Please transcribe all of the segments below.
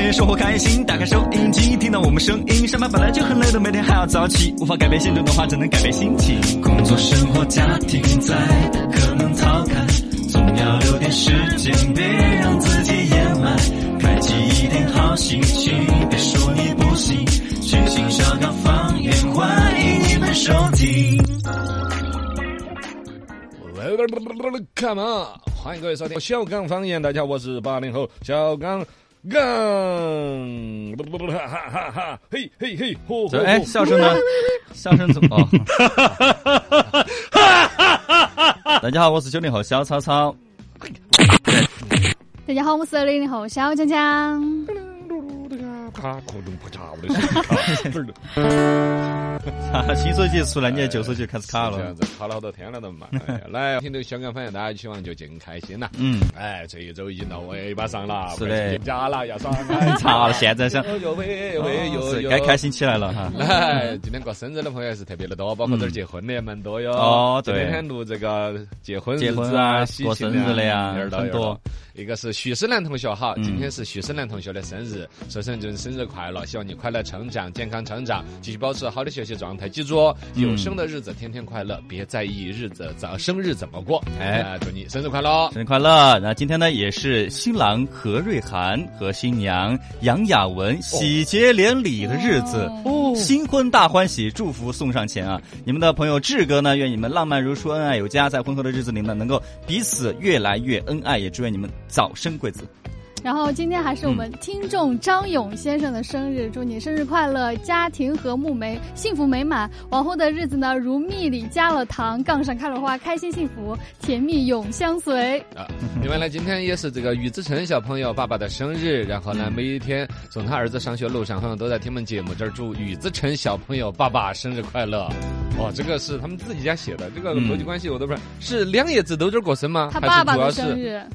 天生活开心，打开收音机，听到我们声音。上班本来就很累的，每天还要早起，无法改变现状的话，只能改变心情。工作、生活、家庭在，可能逃开，总要留点时间，别让自己掩埋。开启一点好心情，别说你不行，全新小岗方言，欢迎你们收听。 Come on，欢迎各位收听小刚方言。大家好，我是八零后小刚刚，哈哈哈哈，嘿嘿嘿，嚯这哎，笑声呢？笑声怎 么？哦、大家好，我是九零后小草草。大家好，我是零零后小江江。咔咕咚啪嚓，我的啊，新手机出来，你的旧手机开始卡哎这了样。子，卡了好多天了都嘛。哎呀来，听这个小刚方言，大家希望就更开心啦。嗯，哎，这一周已经到尾巴上了，是的加了要上，操，现在想，又喂喂又哦是又该开。心起来了哈。来，哎今天过生日的朋友还是特别的多，包括这儿结婚的也蛮多哟。哦对今天录这个结婚结日婚子啊喜过庆生日的的呀有点儿很有点儿多一个是徐思南同学哈，嗯今天是徐思南同学的生日，说声祝你生日快乐，希望你快乐成长、健康成长，继续保持好的学习状态。记住，哦，嗯有生的日子天天快乐，别在意日子怎生日怎么过。哎呃，祝你生日快乐哦！生日快乐！啊那今天呢，也是新郎何瑞涵和新娘杨雅雯喜结连理的日子，哦新婚大欢喜，祝福送上前啊！你们的朋友志哥呢，愿你们浪漫如初，恩爱有加，在婚后的日子里呢，能够彼此越来越恩爱，也祝愿你们早生贵子。然后今天还是我们听众张勇先生的生日，祝你生日快乐，家庭和睦美，幸福美满。往后的日子呢，如蜜里加了糖，杠上开了花，开心幸福，甜蜜永相随。啊，另外呢，今天也是这个于志成小朋友爸爸的生日，然后呢，每一天送他儿子上学路上，好像都在听我们节目，这儿祝于志成小朋友爸爸生日快乐。哦，这个是他们自己家写的，这个嗯逻辑关系我都不知道，是两爷子都这儿过生吗？他还爸是爸主要的是生日，啊，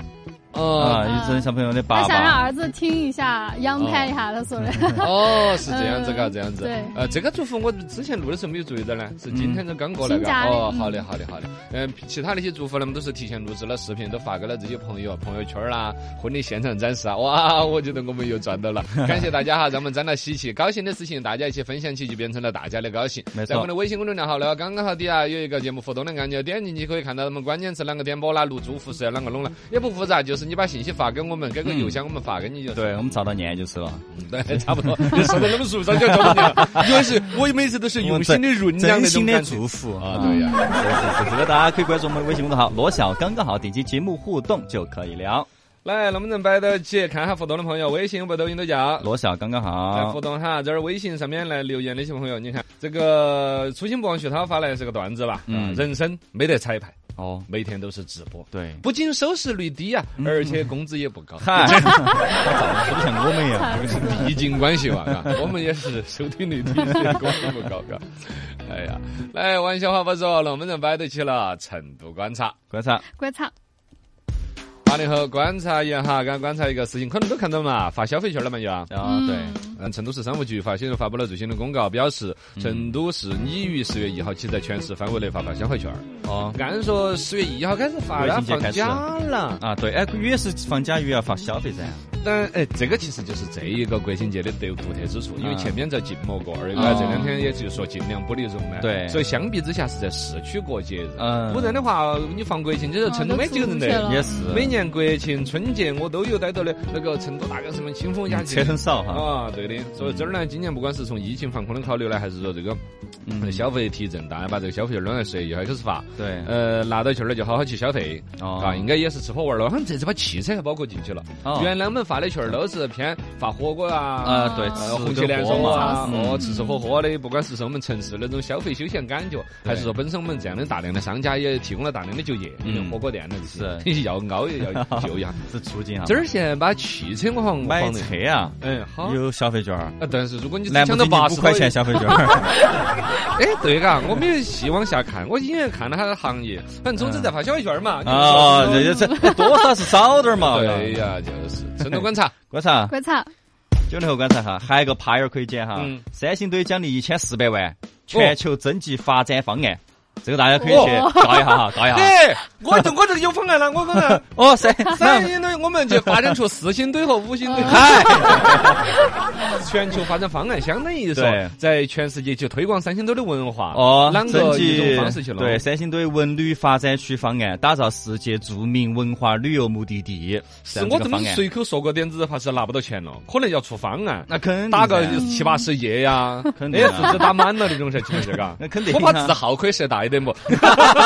哦于真小朋友的爸他想让爸，儿子听一下，央拍一下他所谓。 哦，是这样子嘎，嗯这样子。对呃，这个祝福我之前录的时候没有注意到呢，是今天这刚过来嗯的。新加的哦，嗯好的，好的，好的。嗯、其他那些祝福呢，我们都是提前录制了视频，都发给了自己朋友、朋友圈啦、婚礼现场展示啊。哇，我觉得我们又赚 到了，感谢大家哈，让我们沾到喜气，高兴的事情大家一起分享起，就变成了大家的高兴。没错在我们的微信公众账号呢，刚刚好底下有一个节目互动的按钮，点进去可以看到我们关键词啷个点播啦，录祝福是要啊啷个弄啦，也不复杂，就是你把信息发给我们，给个邮箱我们发给你就是。对我们找到年就是了。 对，差不多，你说的那么舒畅，就这么 讲。因为是我每次都是用心的润真酿那种心的感觉祝福啊，对呀、这个大家可以关注我们的微信公众号“罗小刚刚好”，点击节目互动就可以了。来，能不能摆到起看下互动的朋友，微信、微抖音都叫。罗小刚刚来好互，动哈，这儿微信上面来留言的些朋友，你看这个初心不忘徐涛发来是个段子吧？嗯啊人生没得彩排，哦，每天都是直播， 对，不仅收视率低呀、而且工资也不 高。嗨，他长得不像我们一样。递进关系嘛，嘎我们也是收听率低，所以关系不高，嘎。哎呀，来玩笑话不说，龙门阵摆得起了。成都观察，观察，观察，八零后观察一下哈，刚观察一个事情，可能都看到嘛，发消费券了嘛，又啊。啊，对，嗯，成都市商务局发现发布了最新的公告，表示成都市拟于十月一号起在全市范围内发放消费券。哦，按说十月一号开始发，国要庆节放开始假了。啊，对，哎，越是放假越要发消费噻，但哎，这个其实就是这一个国庆节的独独特之处，因为啊前面在禁摩过，而哦哎个这两天也就说尽量不利容呢。对所以相比之下是在市区过节日，嗯不然的话你放国庆，就是成都没几个人啊都出去的。了也是，每年国庆、春节我都有逮到的，那个成都大概什么清风雅集车很少哈，啊，对的。所以这儿呢，今年不管是从疫情防控的考虑呢，还是说这个嗯，消费提振，大家把这个消费券啊弄来十一号开始发。对，呃，拿到券儿就好好去消费，哦啊，应该也是吃喝玩乐。好像这次把汽车还包括进去了。哦原来我们发的券儿都是偏发火锅啊。啊，对，呃，吃红旗个连锅锁嘛啊，，嗯哦，吃吃喝喝的，不管是说我们城市那种消费休闲感觉，还是说本身我们这样的大量的商家也提供了大量的就业，嗯像火锅店那这 些，要熬也要就一下。是促进哈，这儿现在把汽车我好像买忘了车啊，嗯，好。有消费券儿，啊，但是如果你只兰抢博基到尼八五十块钱，消费券儿，哎，对嘎，我没有细往下看，我隐约看了他的行业，反正总之在发消费券嘛。你不啊，说这就是 多少是少点儿嘛，对呀，就是成都观察，观察，观察，九零后观察哈，还有一个耙眼儿可以捡哈嗯。哦三星堆奖励一千四百万，全球征集发展方案。这个大家可以去哦搞一下 哈，搞一下哈。哎，我这我这有方案了，我 方案哦，三三星堆，我们就发展出四星堆和五星 堆，嗨，全球发展方案，相当于说对在全世界去推广三星堆的文化。哦， 啷征个一集种方式去了？对，三星堆文旅发展区方案，打造世界著名文化旅游目的地，是是我这这个么方案。随口说个点子，怕是拿不到钱了，可能要出方案。那肯定打个噻七八十页呀，哎，肯定啊字打满了 那种噻，其实这个。那肯定啊我把字号可以设大一点不？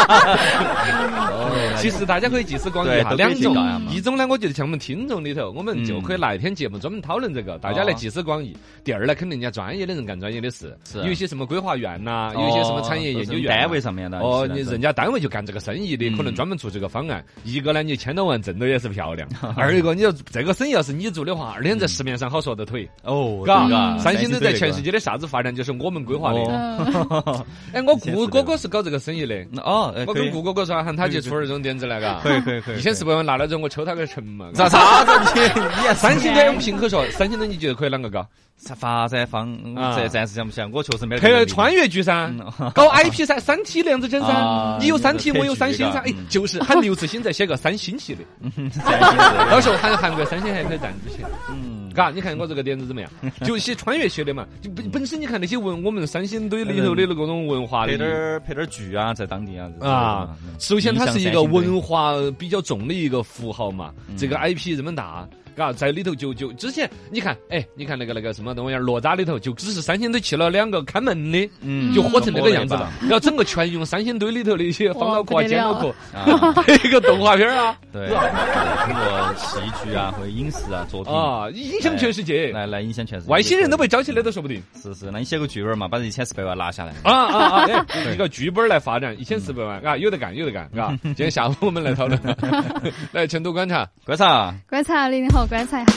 其实大家可以集思广益对哈，都可以啊两去种搞呀嘛，嗯一种呢，我觉得像我们听众里头，我们就可以来一篇节目专门讨论这个，大家来集思广益。第二呢，肯定人家专业的人干专业的事，哦是啊哦有一些什么规划院呐，有一些什么产业研究哦都是院呐单位上面的哦，是啊嗯的你是的人家单位就干这个生意的，可能专门做这个方案。一个呢，你签到完挣的也是漂 亮；二一个，你要这个生意要是你做的话，二天在市面上好说得腿，哦，嘎对嘎，。三星堆堆在全世界的啥子发展，就是我们规划的。嗯，哎，我以前是这顾哥样哥是搞这个生意的，界哦，哎我可跟以顾哥哥说，喊他去出点这种点子来，嘎。可以可以可以，以前是不是拿了之后我抽他个成嘛？啥啥子你你也是三星堆，我们平口说，三星堆你觉得可以啷个搞？发展方啊这暂时想不起来，我确实没可以穿越剧噻嗯，搞 IP 噻，三体那样子整噻啊。你有三体，我有三星噻，那个哎配置嗯， 就是喊刘慈欣再写个三星系列，越到时候喊韩国三星还可以站之前，嗯，嘎，你看我这个点 子怎么样？就写穿越系列嘛，就本本身你看那些文，我们三星堆里头的那各种文化配点的。儿配点儿剧啊，在当地啊啊，首先它是一个文化比较重的一个符号嘛，嗯这个 IP 这么大。嘎，在里头就就之前，你看，哎，你看那个那个什么东西儿，哪吒里头就只是三星堆去了两个看门的，嗯就火成那个样子了。然后整个全用三星堆里头的一些方脑壳啊、哇不得了尖脑壳，啊，配一个动画片儿啊，对，通过戏剧啊或者影视啊作品啊，影响全世界，哎来来影响全世界，外星人都被招起来都说不定。是是，那你写个剧本嘛，把这一千四百万拿下来。啊啊啊！ 哎一个剧本来发嗯展，一千四百万啊，有得干，有得干， 嘎。今天下午我们来讨论， 来成都观察，观察，观察零零后观察一下。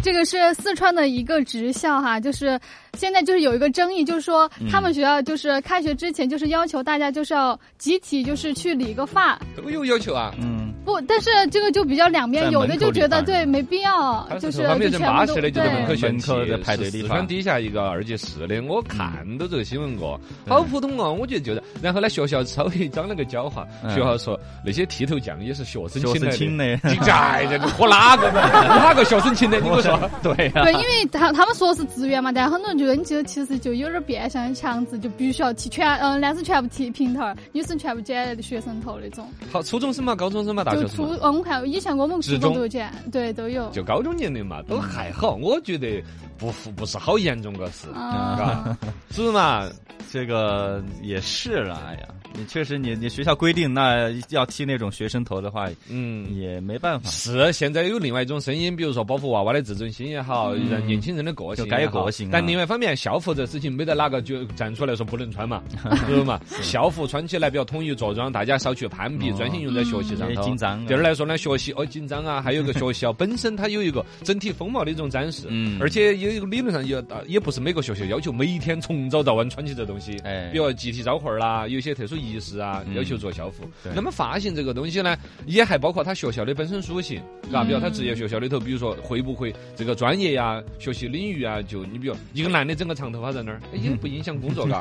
这个是四川的一个职校哈，就是现在就是有一个争议，就是说嗯他们学校就是开学之前就是要求大家就是要集体就是去理个发，都有要求啊。嗯，不，但是这个就比较两面，在有门的口就理觉得发对没必要他，啊就是头发就面正全部巴都适的，就在门口对。选门口在排队嗯是理四发川底下一个二级市的，我看到这个新闻过，嗯好普通哦，我觉得就是。然后呢，学校稍微长了个狡猾，嗯学校说那些剃头匠也是学学生请生来请的。的，你哎，这个和哪个嘛？哪个学生请的？你给 我说。对呀对，因为他他们说是自愿嘛，但很多人觉得你这个其实就有点变相强制，就必须要剃全，嗯、男生全部剃平头儿，女生全部剪学生头那种。好，初中生嘛，高中生嘛，大就学生初，嘛，嗯，我看以前我们初职中中都有剪，对，都有。就高中年龄嘛，嗯都还好。我觉得不服不是好严重个事，啊，是不是嘛？这个也是了，哎呀，你确实你你学校规定，那要剃那种学生头的话，嗯。也没办法，是，现在有另外一种声音，比如说保护娃娃的自尊心也好，让年轻人的个嗯性就该也有好个性啊但另外一方面，校服这事情没得哪个就站出来说不能 穿嘛，知道嘛？校服穿起来比较统一着装，大家少去攀比，哦专心用在学习上也头。紧张啊。第二来说呢，学习哦紧张啊，还有个学习啊，本身它有一个整体风貌的一种展示，嗯而且也有理论上也呃也不是每个学校要求每天从早到晚穿起这东西，哎，比如集体招魂儿啦，有一些特殊仪式啊，要求做校服。对那么发型这个东西呢，也还包括他学校的本身属性，嘎，嗯比如他职业学校里头，比如说会不会这个专业呀、学习领域啊，就你比如一个男的整个长头发在那儿，哎也不影响工作， 嘎，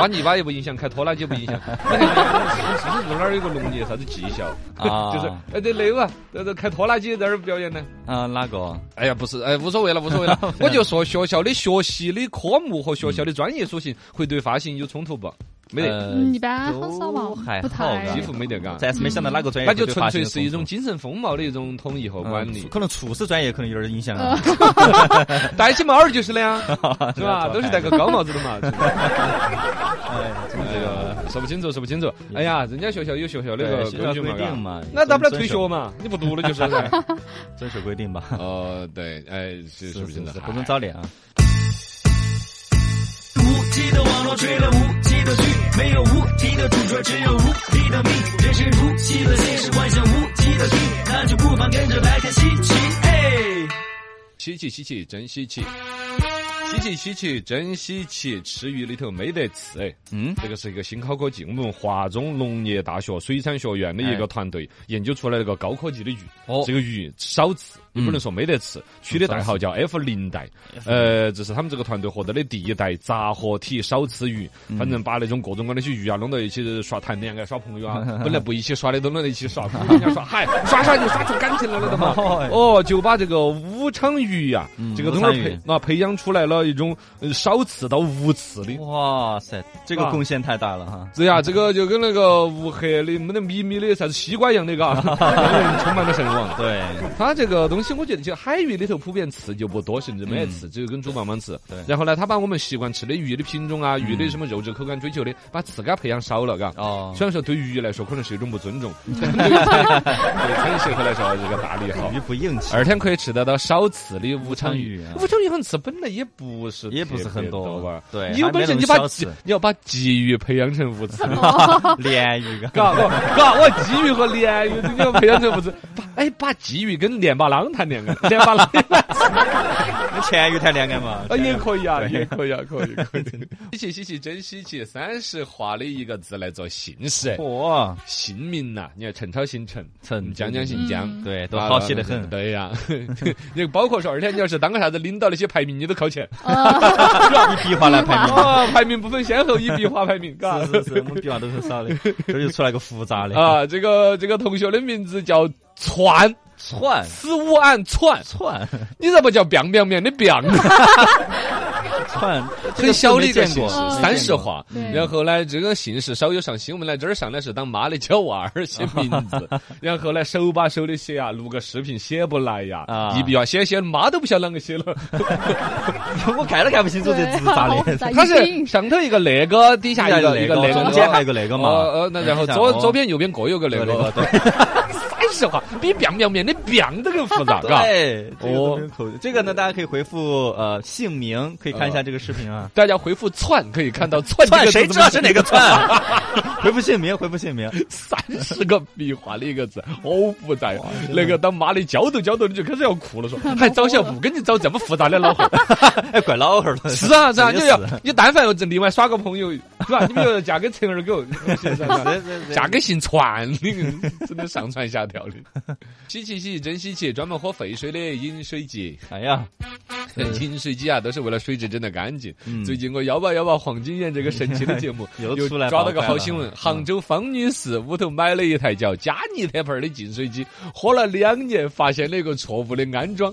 挖泥巴也不影响，开拖拉机也不影响。你看是不是哪儿有个农业啥子技校？啊就是哎对那个啊，在这开拖拉机在那儿表演呢。啊，哪个？哎呀，不是，哎，无所谓了，无所谓 了。我就说学校的学习的科目和学校的专业属性会对发型有冲突不？没得，呃嗯，一般很少吧都还，不好太吧。几乎没得嘎。暂时没想到哪个专业它会就对纯发粹型有冲突，是一种精神风貌的一种统一和管理嗯，可能厨师专业可能有点影响啊，嗯戴起帽儿就是的 呀，是是吧？都是戴个高帽子的嘛。 是吧哎，这哎个呀，说不清楚，说不清楚。哎呀，人家学校有学校那对个学校规矩嘛规定嘎，嘛，那大不了退遵学嘛，你不读了就是噻。守，遵守规定吧。 哦，对，哎， 是说不清是楚，不能早恋啊。无极的网络追了无极的剧，没有无敌的主角，只有无敌的命。人生如戏的现实，幻想无极的剧，那就不妨跟着来看稀奇。哎。稀奇稀奇，真稀奇。稀奇稀奇，真稀奇！吃鱼里头没得刺哎，嗯，这个是一个新考科技，我们华中农业大学水产学院的一个哎团队研究出来了个高科技的鱼，哦嗯这个鱼少刺，也不能说没得吃。取的代号叫 F 零代，呃，这是他们这个团队获得的第一代杂合体少吃鱼，嗯反正把那种各种各样的些鱼啊弄到一起耍谈恋爱、耍朋友 啊，本来不一起耍的都弄到一起耍，人家耍嗨，耍耍就耍出感情来了的嘛。 哦，就把这个武昌鱼呀、嗯这个东西武昌培鱼啊培养出来了一种呃少吃到无刺的。 哇塞，这个啊贡献太大了哈！这呀，这个就跟那个乌黑的没得咪咪的啥子西瓜一样的，嘎，让人充满了神往。对，它这个东西，我觉得就海域里头普遍吃就不多，甚至没得吃，只有跟猪棒棒吃。对然后呢，它把我们习惯吃的鱼的品种啊、鱼的什么肉质口感追求的，把刺嘎培养少了，嘎。哦，虽然说对鱼来说可能是一种不尊重，但对餐饮协会来说是个大利好鱼。不硬气，二天可以吃得到少刺的武昌鱼武昌鱼啊，武昌鱼好像吃本来也不是也不是很特别多吧？对你有还没本那事么你把少鲫刺你要把鲫鱼培养成无刺，鲢鱼啊，嘎，我嘎，我鲫鱼和鲢鱼你要培养成无刺，把哎把鲫鱼跟连巴郎谈恋爱，连巴郎 跟钳鱼谈恋爱嘛，啊也可以啊，也可以啊，可以可以。稀奇稀奇真稀奇，三十画的一个字来做姓氏，哇，姓名呐，你看陈超姓陈，陈江江姓江。嗯对，都好写得很， 对呀、你包括说，二天你要是当个啥子领导那些排名，你都靠前。哦 一笔画来排名。哦，排名不分先后，一笔画排名，嘎。是是是，我们笔画都很少的，这就出来个复杂的啊，这个这个同学的名字叫窜，串此物俺窜，串你咋不叫 biang biang 面的 biang？串，很小的一个见姓过氏没，三十画。对然后呢，这个姓氏少有上新，我们来这儿上来是当妈的教娃儿写名字，然后呢手把手的写啊，录个视频写不来呀啊，一笔啊写写妈都不晓得啷个写了。我看都看不清楚这字咋 啊的。它是上头一个那个，底啊下一个一个那个，中间还有个那个嘛。哎哦哦，那然后左左边右边各有个那哎那个个，对三十画比 biang biang 面的 biang 都更复杂，嘎。对，这个哦都没有口这个呢，大家可以回复呃姓名，可以看一下这个视频啊。大家回复“窜”可以看到“窜”呃这串个字谁怎知么道是哪个串？ 回复姓名，回复姓名。三十个笔画的一 个字，好复杂呀！那个当妈的教都教到你就开始要哭 了，说还找小胡给你找这么复杂的老胡。哎，怪老二了。是啊是啊，直你接要死你但凡要另外耍个朋友，是 吧？你比如说嫁给陈二狗，是吧嫁给 姓传的，真的上蹿下跳的。稀奇稀奇真稀奇，专门喝沸水的饮水机，哎呀， 饮水机啊都是为了水质真的干净。嗯最近我摇吧摇吧黄金眼这个神奇 的节目又又出来抓报到个怪好了新闻，杭嗯州方女士屋头买了一台叫佳尼特牌儿的净水机，喝了两年，发现了一个错误的安 装，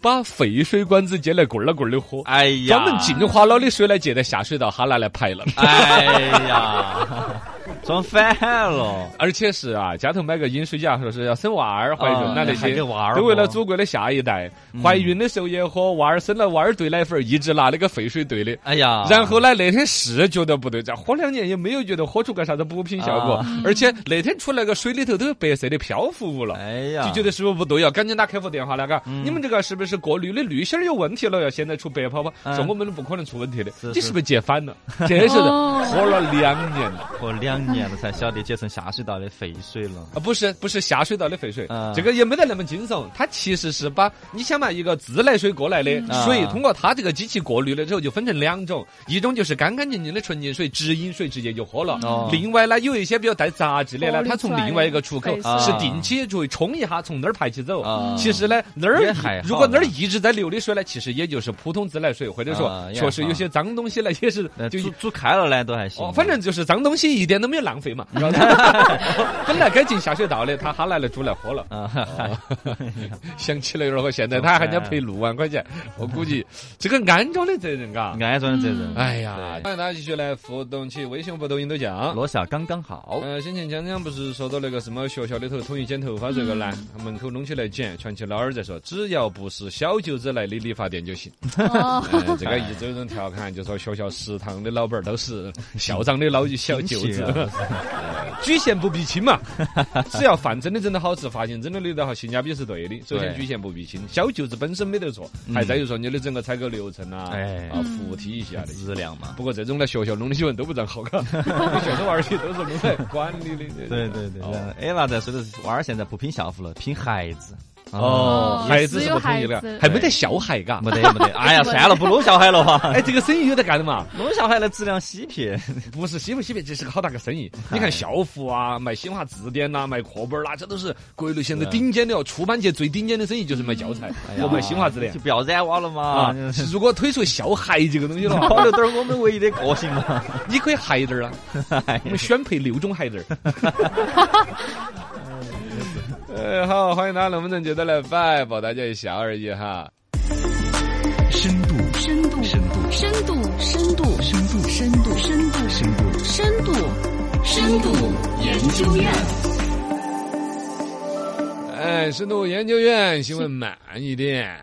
把废水管子接来棍儿棍儿的喝，哎呀，专门净化了的水来接在下水道哈拿来排了。 哎呀， 装反了。而且是啊，家头买个饮水机啊，说是要生娃儿、怀孕啊呐那还些给娃儿，喝嗯都为了祖国的下一代。怀孕的时候也喝，娃儿生了娃儿兑奶粉儿，一直拿那个废水兑的。哎呀，然后呢，那天是觉得不对劲，喝两年也没有觉得喝出个啥子补品效果，啊而且那天出来个水里头都有白色的漂浮物了。哎呀，嗯就觉得是不是不对呀、赶紧打客服电话来嘎，你们这个是不是过滤的滤芯儿有问题了呀？现在出白泡泡，嗯说我们都不可能出问题的，是你是是不是接反了？这是哦喝了两年了我两年了才晓得解成下水道的废水了。啊，不是不是下水道的废水嗯，这个也没得那么惊悚，它其实是把你想嘛一个自来水过来的嗯水，啊通过它这个机器过滤了之后就分成两种，一种就是干干净净的纯净水，直饮水直接就喝了，哦另外呢，有一些比较带杂质的呢，过滤它从出来另外一个出口的废水是定期就会冲一下从那儿排起走。啊其实呢，那也儿还好如果那儿一直在流的水呢，其实也就是普通自来水，或者说啊也确实好有些脏东西呢，也是呃就煮煮开了呢都还行哦，。反正就是脏东西一点都没有浪费嘛。然 后本来该进下水道的，他哈来了煮来喝了。哎啊， 哈哈想起来了，现在他还要赔六万块钱，我估计这个安装的责任嘎。安装的责任。哎呀，欢迎大家继续来互动起，微信和抖音都讲。落下刚刚好。呃，先前江江不是说到那个什么学校里头统一剪头发这个呢，门口弄起来剪，传起老二在说，只要不是小舅子来的理发店就行。 哦， 哎这个一直有人调侃，就说学校食堂的老板儿都是校长的老小舅 亲戚子啊， 呃举贤不 避亲嘛。只要饭真的整得好吃，发型真的捋得好，性价比是对的。首先对嗯举贤不避亲，小舅子本身没得错，还在于说你的整个采购流程啊，哎啊扶梯一 下的。质量嘛。不过这种在学校弄的新闻都不咋好，嘎， 学生娃儿些都是弄来管理的。对对对哦对，艾娃在说的是娃儿现在不拼校服了，拼孩子。哦孩子是不同意只有孩的子，还没得小孩嘎。没得没得，哎呀，算了，不弄小孩了哈，哎，这个生意有点干的嘛？弄小孩的质量稀撇。不是西不西北，这是个好大个生意。你看校服啊，卖新华字典啊呐，卖课本儿啦，这都是国内现在顶尖的哦。出版界最顶尖的生意就是卖教材，哎我卖新华字典就。不要染娃了嘛啊，，如果推出校孩这个东西的 话，保留点儿我们唯一的个性 嘛。你可以孩点儿啊，我们选配六种孩点儿。呃，好，欢迎大家能不能觉得来拜，保大家一笑而已哈。深度，深度，深度，深度，深度，深度，深度，深度，深度。深度，深度研究院。哎，深度研究院新闻慢一点。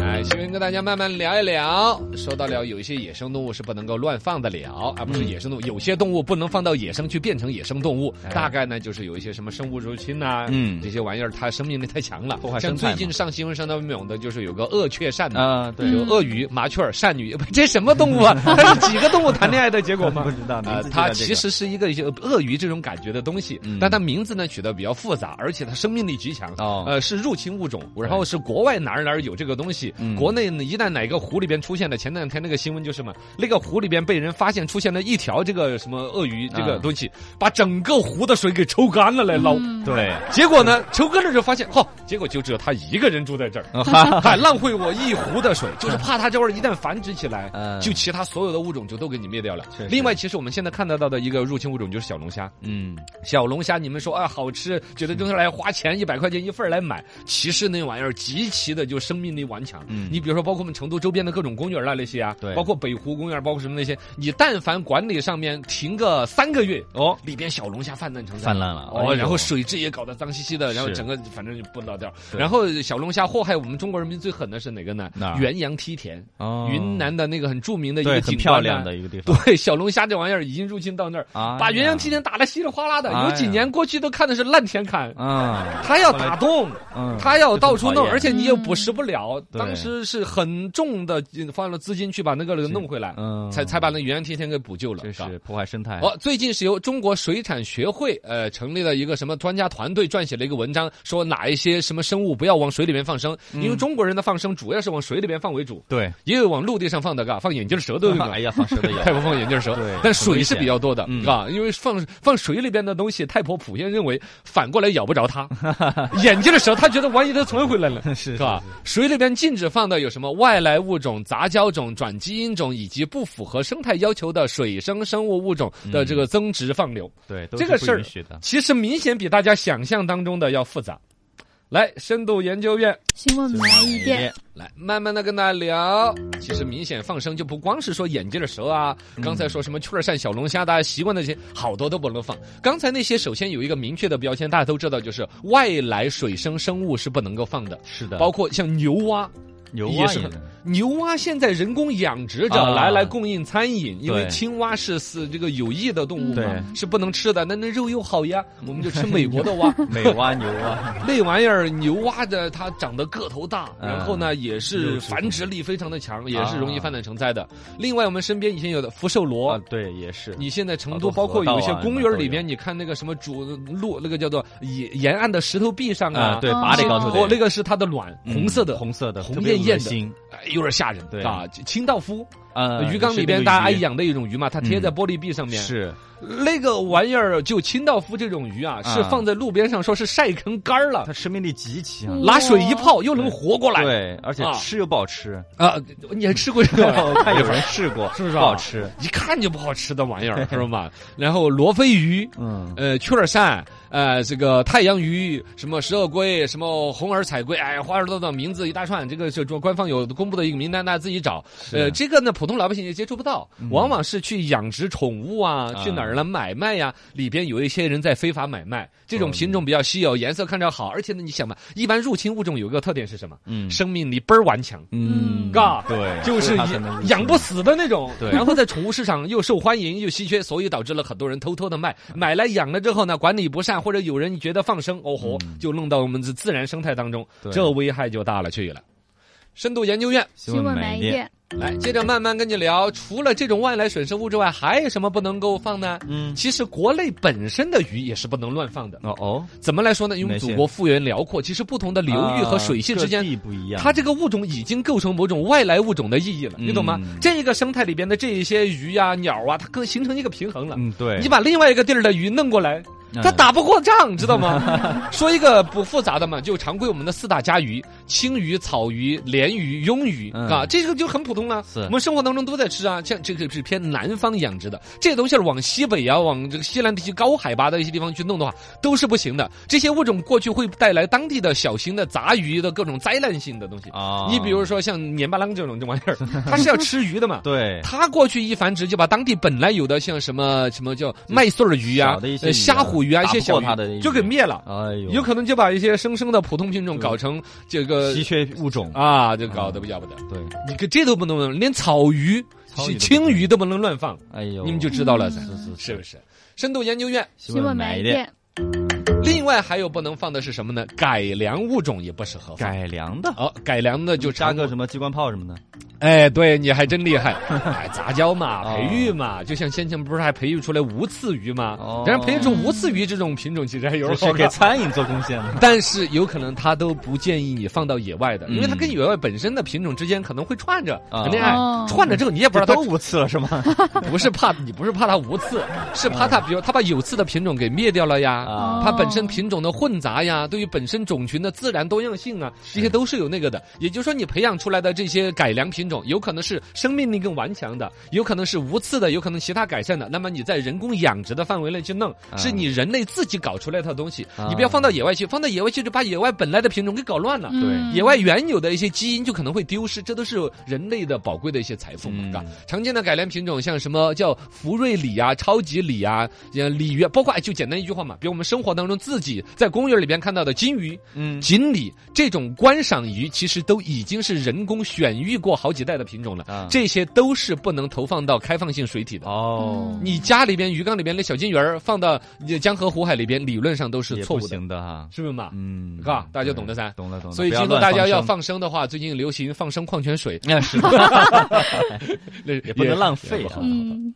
哎，新闻跟大家慢慢聊一聊。说到了有一些野生动物是不能够乱放的了，啊，不是野生动物，有些动物不能放到野生去变成野生动物。大概呢，就是有一些什么生物入侵呐、嗯这些玩意儿它生命力太强了，破坏像生态最嘛近上新闻上到猛的就是有个鳄雀鳝的，啊，对，有鳄鱼、麻雀、鳝鱼， 这什么动 物啊？它是几个动物谈恋爱的结果吗？不知道名呃字，就它叫这其个实是一个一些鳄鱼这种感觉的东西，嗯但它名字呢取得比较复杂，而且它生命力极强。哦哎呃，是入侵物种，然后是国外哪儿哪儿有这个东西，嗯国内呢一旦哪个湖里边出现了，前两天那个新闻就是嘛，那个湖里边被人发现出现了一条这个什么鳄鱼这个啊东西，把整个湖的水给抽干了来捞。嗯对， 结果呢，抽根了就发现，哈，结果就只有他一个人住在这儿，嗯 还浪费我一湖的水，就是怕他这玩意儿一旦繁殖起来，嗯就其他所有的物种就都给你灭掉了确。实另外，其实我们现在看得到的一个入侵物种就是小龙虾。嗯，小龙虾，你们说啊好吃，觉得就是来花钱一百块钱一份儿来买，其实那玩意儿极其的就生命力顽强。嗯你比如说，包括我们成都周边的各种公园儿啦那些啊，对包括北湖公园儿，包括什么那些，你但凡管理上面停个三个月，哦，里边小龙虾泛滥成灾。泛滥了，哎哦，呦然后水质也搞得脏兮兮的，然后是整个反正就不老掉。对然后小龙虾祸害我们中国人民最狠的是哪个呢哪？儿元阳梯田，哦云南的那个很著名的一对个很景漂观呢啊亮的。一个地方，对，小龙虾这玩意儿已经入侵到那儿，啊把元阳梯田打得稀里哗啦的。哎呀有几年过去都看的是烂田砍，啊，他要打洞，嗯， 他要到处这很讨弄，厌而且你又捕食不了。对当时是很重的，花了资金去把那个弄回来，嗯才才把那元阳梯田给补救了。这嘎是哎破坏生态，哦，最近是由中国水产学会呃成立了一个什么专家团队撰写了一个文章，说哪一些什么生物不要往水里面放生，因嗯为中国人的放生主要是往水里面放为主，对，也有往陆地上放的，嘎，放眼镜蛇都有 哎嘎。呀，放蛇的有 太婆放眼镜蛇对，但很水危是险比较多的，嗯啊，因为放放水里边的东西，太婆普遍认为反过来咬不着它， 眼镜蛇它觉得万一它存回来了， 是是吧？水里边禁止放的有什么外来物种、杂交种、转基因种以及不符合生态要求的水生生物物种的嗯这个增殖放流。对，都这是个不事儿允许的，其实明显比大家想象当中的要复杂。来，深度研究院询问来一哎遍。来慢慢的跟大家聊。其实明显放生就不光是说眼镜的蛇啊，嗯刚才说什么雀儿鳝、小龙虾，大家习惯的这些好多都不能放。刚才那些首先有一个明确的标签，大家都知道，就是外来水生生物是不能够放的，是的，包括像牛蛙，牛也蛙是也很牛蛙现在人工养殖着，啊来来供应餐饮，因为对嗯青蛙是是这个有益的动物嘛，对是不能吃的，那那肉又好呀，我们就 吃美国的蛙。美蛙、牛 蛙，那玩意儿牛蛙的，它长得个头大，嗯然后呢也是肉质繁殖力非常的强，也是容易泛滥成灾的。另外，我们身边以前有的福寿螺啊，。对，也是，哦你现在成好都多包括有一些河道啊公园里什么都有面，你看那个什么主路那个叫做沿沿岸的石头壁上啊啊，，对，哦拔得高头哦，那的，个是它的卵，嗯红色的，红色的，红特别艳艳恶的心哎有点吓人，对啊，清道夫啊，鱼缸是里那边个大家爱鱼养的一种鱼嘛，它贴在嗯玻璃壁上面，是那个玩意儿就清道夫这种鱼啊，是啊放在路边上说是晒成干儿了它，生命力极强，嗯拿水一泡又能活过来，对，而且啊吃又不好 吃，啊，你还吃过 这个？我看有人试过， 是不是不啊好吃？ 一看就不好吃的玩意儿，知道吗？然后罗非鱼，嗯，呃，雀儿鳝，呃，这个太阳鱼，什么十二龟，什么红耳彩龟，哎，花儿多的名字一大串，这个是中官方有公布的一个名单，大家自己找。呃，这个呢，普通老百姓也接触不到，往往是去养殖宠物嗯啊，去哪儿呢买卖呀、里边有一些人在非法买卖，这种品种比较稀有，颜色看着好，而且呢，你想嘛，一般入侵物种有一个特点是什么？嗯生命力倍儿顽强。嗯，嘎对，就是它才能入养养不死的那种，对然后在宠物市场又受欢迎又稀缺，所以导致了很多人偷偷的卖，买来养了之后呢，管理不善或者有人觉得放生，哦吼，就弄到我们的自然生态当中，嗯对这危害就大了去了。深度研究院。新闻买一点，来，接着慢慢跟你聊，除了这种外来水生物之外，还有什么不能够放呢？嗯，其实国内本身的鱼也是不能乱放的。哦哦，怎么来说呢？因为哪些祖国幅员辽阔，其实不同的流域和水系之啊间各，地不一样，它这个物种已经构成某种外来物种的意义了，你懂吗嗯？这个生态里边的这一些鱼呀、鸟啊，它更形成一个平衡了。嗯对，你把另外一个地儿的鱼弄过来，嗯它打不过仗，知道 吗？说一个不复杂的嘛，就常规我们的四大家鱼：青鱼、草鱼、鲢鱼、鳙鱼嗯啊，这个就很普通了。是我们生活当中都在吃啊，像这个是偏南方养殖的，这些东西儿往西北啊，往这个西南地区高海拔的一些地方去弄的话，都是不行的。这些物种过去会带来当地的小型的杂鱼的各种灾难性的东西。啊，，你比如说像年巴郎这种这玩意儿，它是要吃鱼的嘛对，他过去一繁殖，就把当地本来有的像什么什么叫麦穗儿鱼啊小的一、些鱼啊呃虾虎鱼啊一些打小不过它的一鱼，些就给灭了。哎呦，有可能就把一些生生的普通品种搞成这个稀缺物种，啊，就搞得不要不得。对，你个这都不能弄，连草鱼草鱼、都不青能鱼都不能乱放，哎呦，你们就知道了噻，是是是不是？深度研究院，新闻买一点，点，另外还有不能放的是什么呢？改良物种也不适合放。改良的，哦，改良的就加常个什么机关炮什么的，哎，对，你还真厉害！ 哎，杂交嘛，哦培育嘛，就像先前不是还培育出来无刺鱼嘛？哦然后培育出无刺鱼这种品种，其实还这有点 是好给看。餐饮做贡献了。但是有可能它都不建议你放到野外的，因为它嗯跟野外本身的品种之间可能会串着哦谈恋爱哦，串着之后你也 不不知是道都无刺了 是吗？它不是怕你不是怕它无刺，是怕 它比如它把有刺的品种给灭掉了呀，啊它本身品种的混杂呀，对于本身种群的自然多样性啊，这些都是有那个的。也就是说，你培养出来的这些改良品种，有可能是生命力更顽强的，有可能是无刺的，有可能其他改善的。那么你在人工养殖的范围内去弄，啊是你人类自己搞出来的东西，啊你不要放到野外去，放到野外去就把野外本来的品种给搞乱了。嗯对野外原有的一些基因就可能会丢失，这都是人类的宝贵的一些财富嘛，嗯是吧？常见的改良品种像什么叫福瑞鲤啊、超级鲤啊、呃鲤鱼啊，包括哎就简单一句话嘛，比如我们生活当中自己在公园里边看到的金鱼、嗯，锦鲤这种观赏鱼，其实都已经是人工选育过好几代的品种了，啊这些都是不能投放到开放性水体的。哦，你家里边鱼缸里边的小金鱼儿放到呃江河湖海里边，理论上都是也错不误的，行的哈。是不是嘛？嗯，嘎大家就懂得噻对懂了懂了。所以不要今后大家乱要 生，哎放生的话，最近流行放生矿泉水，那是也也不能浪费 也不啊好。嗯，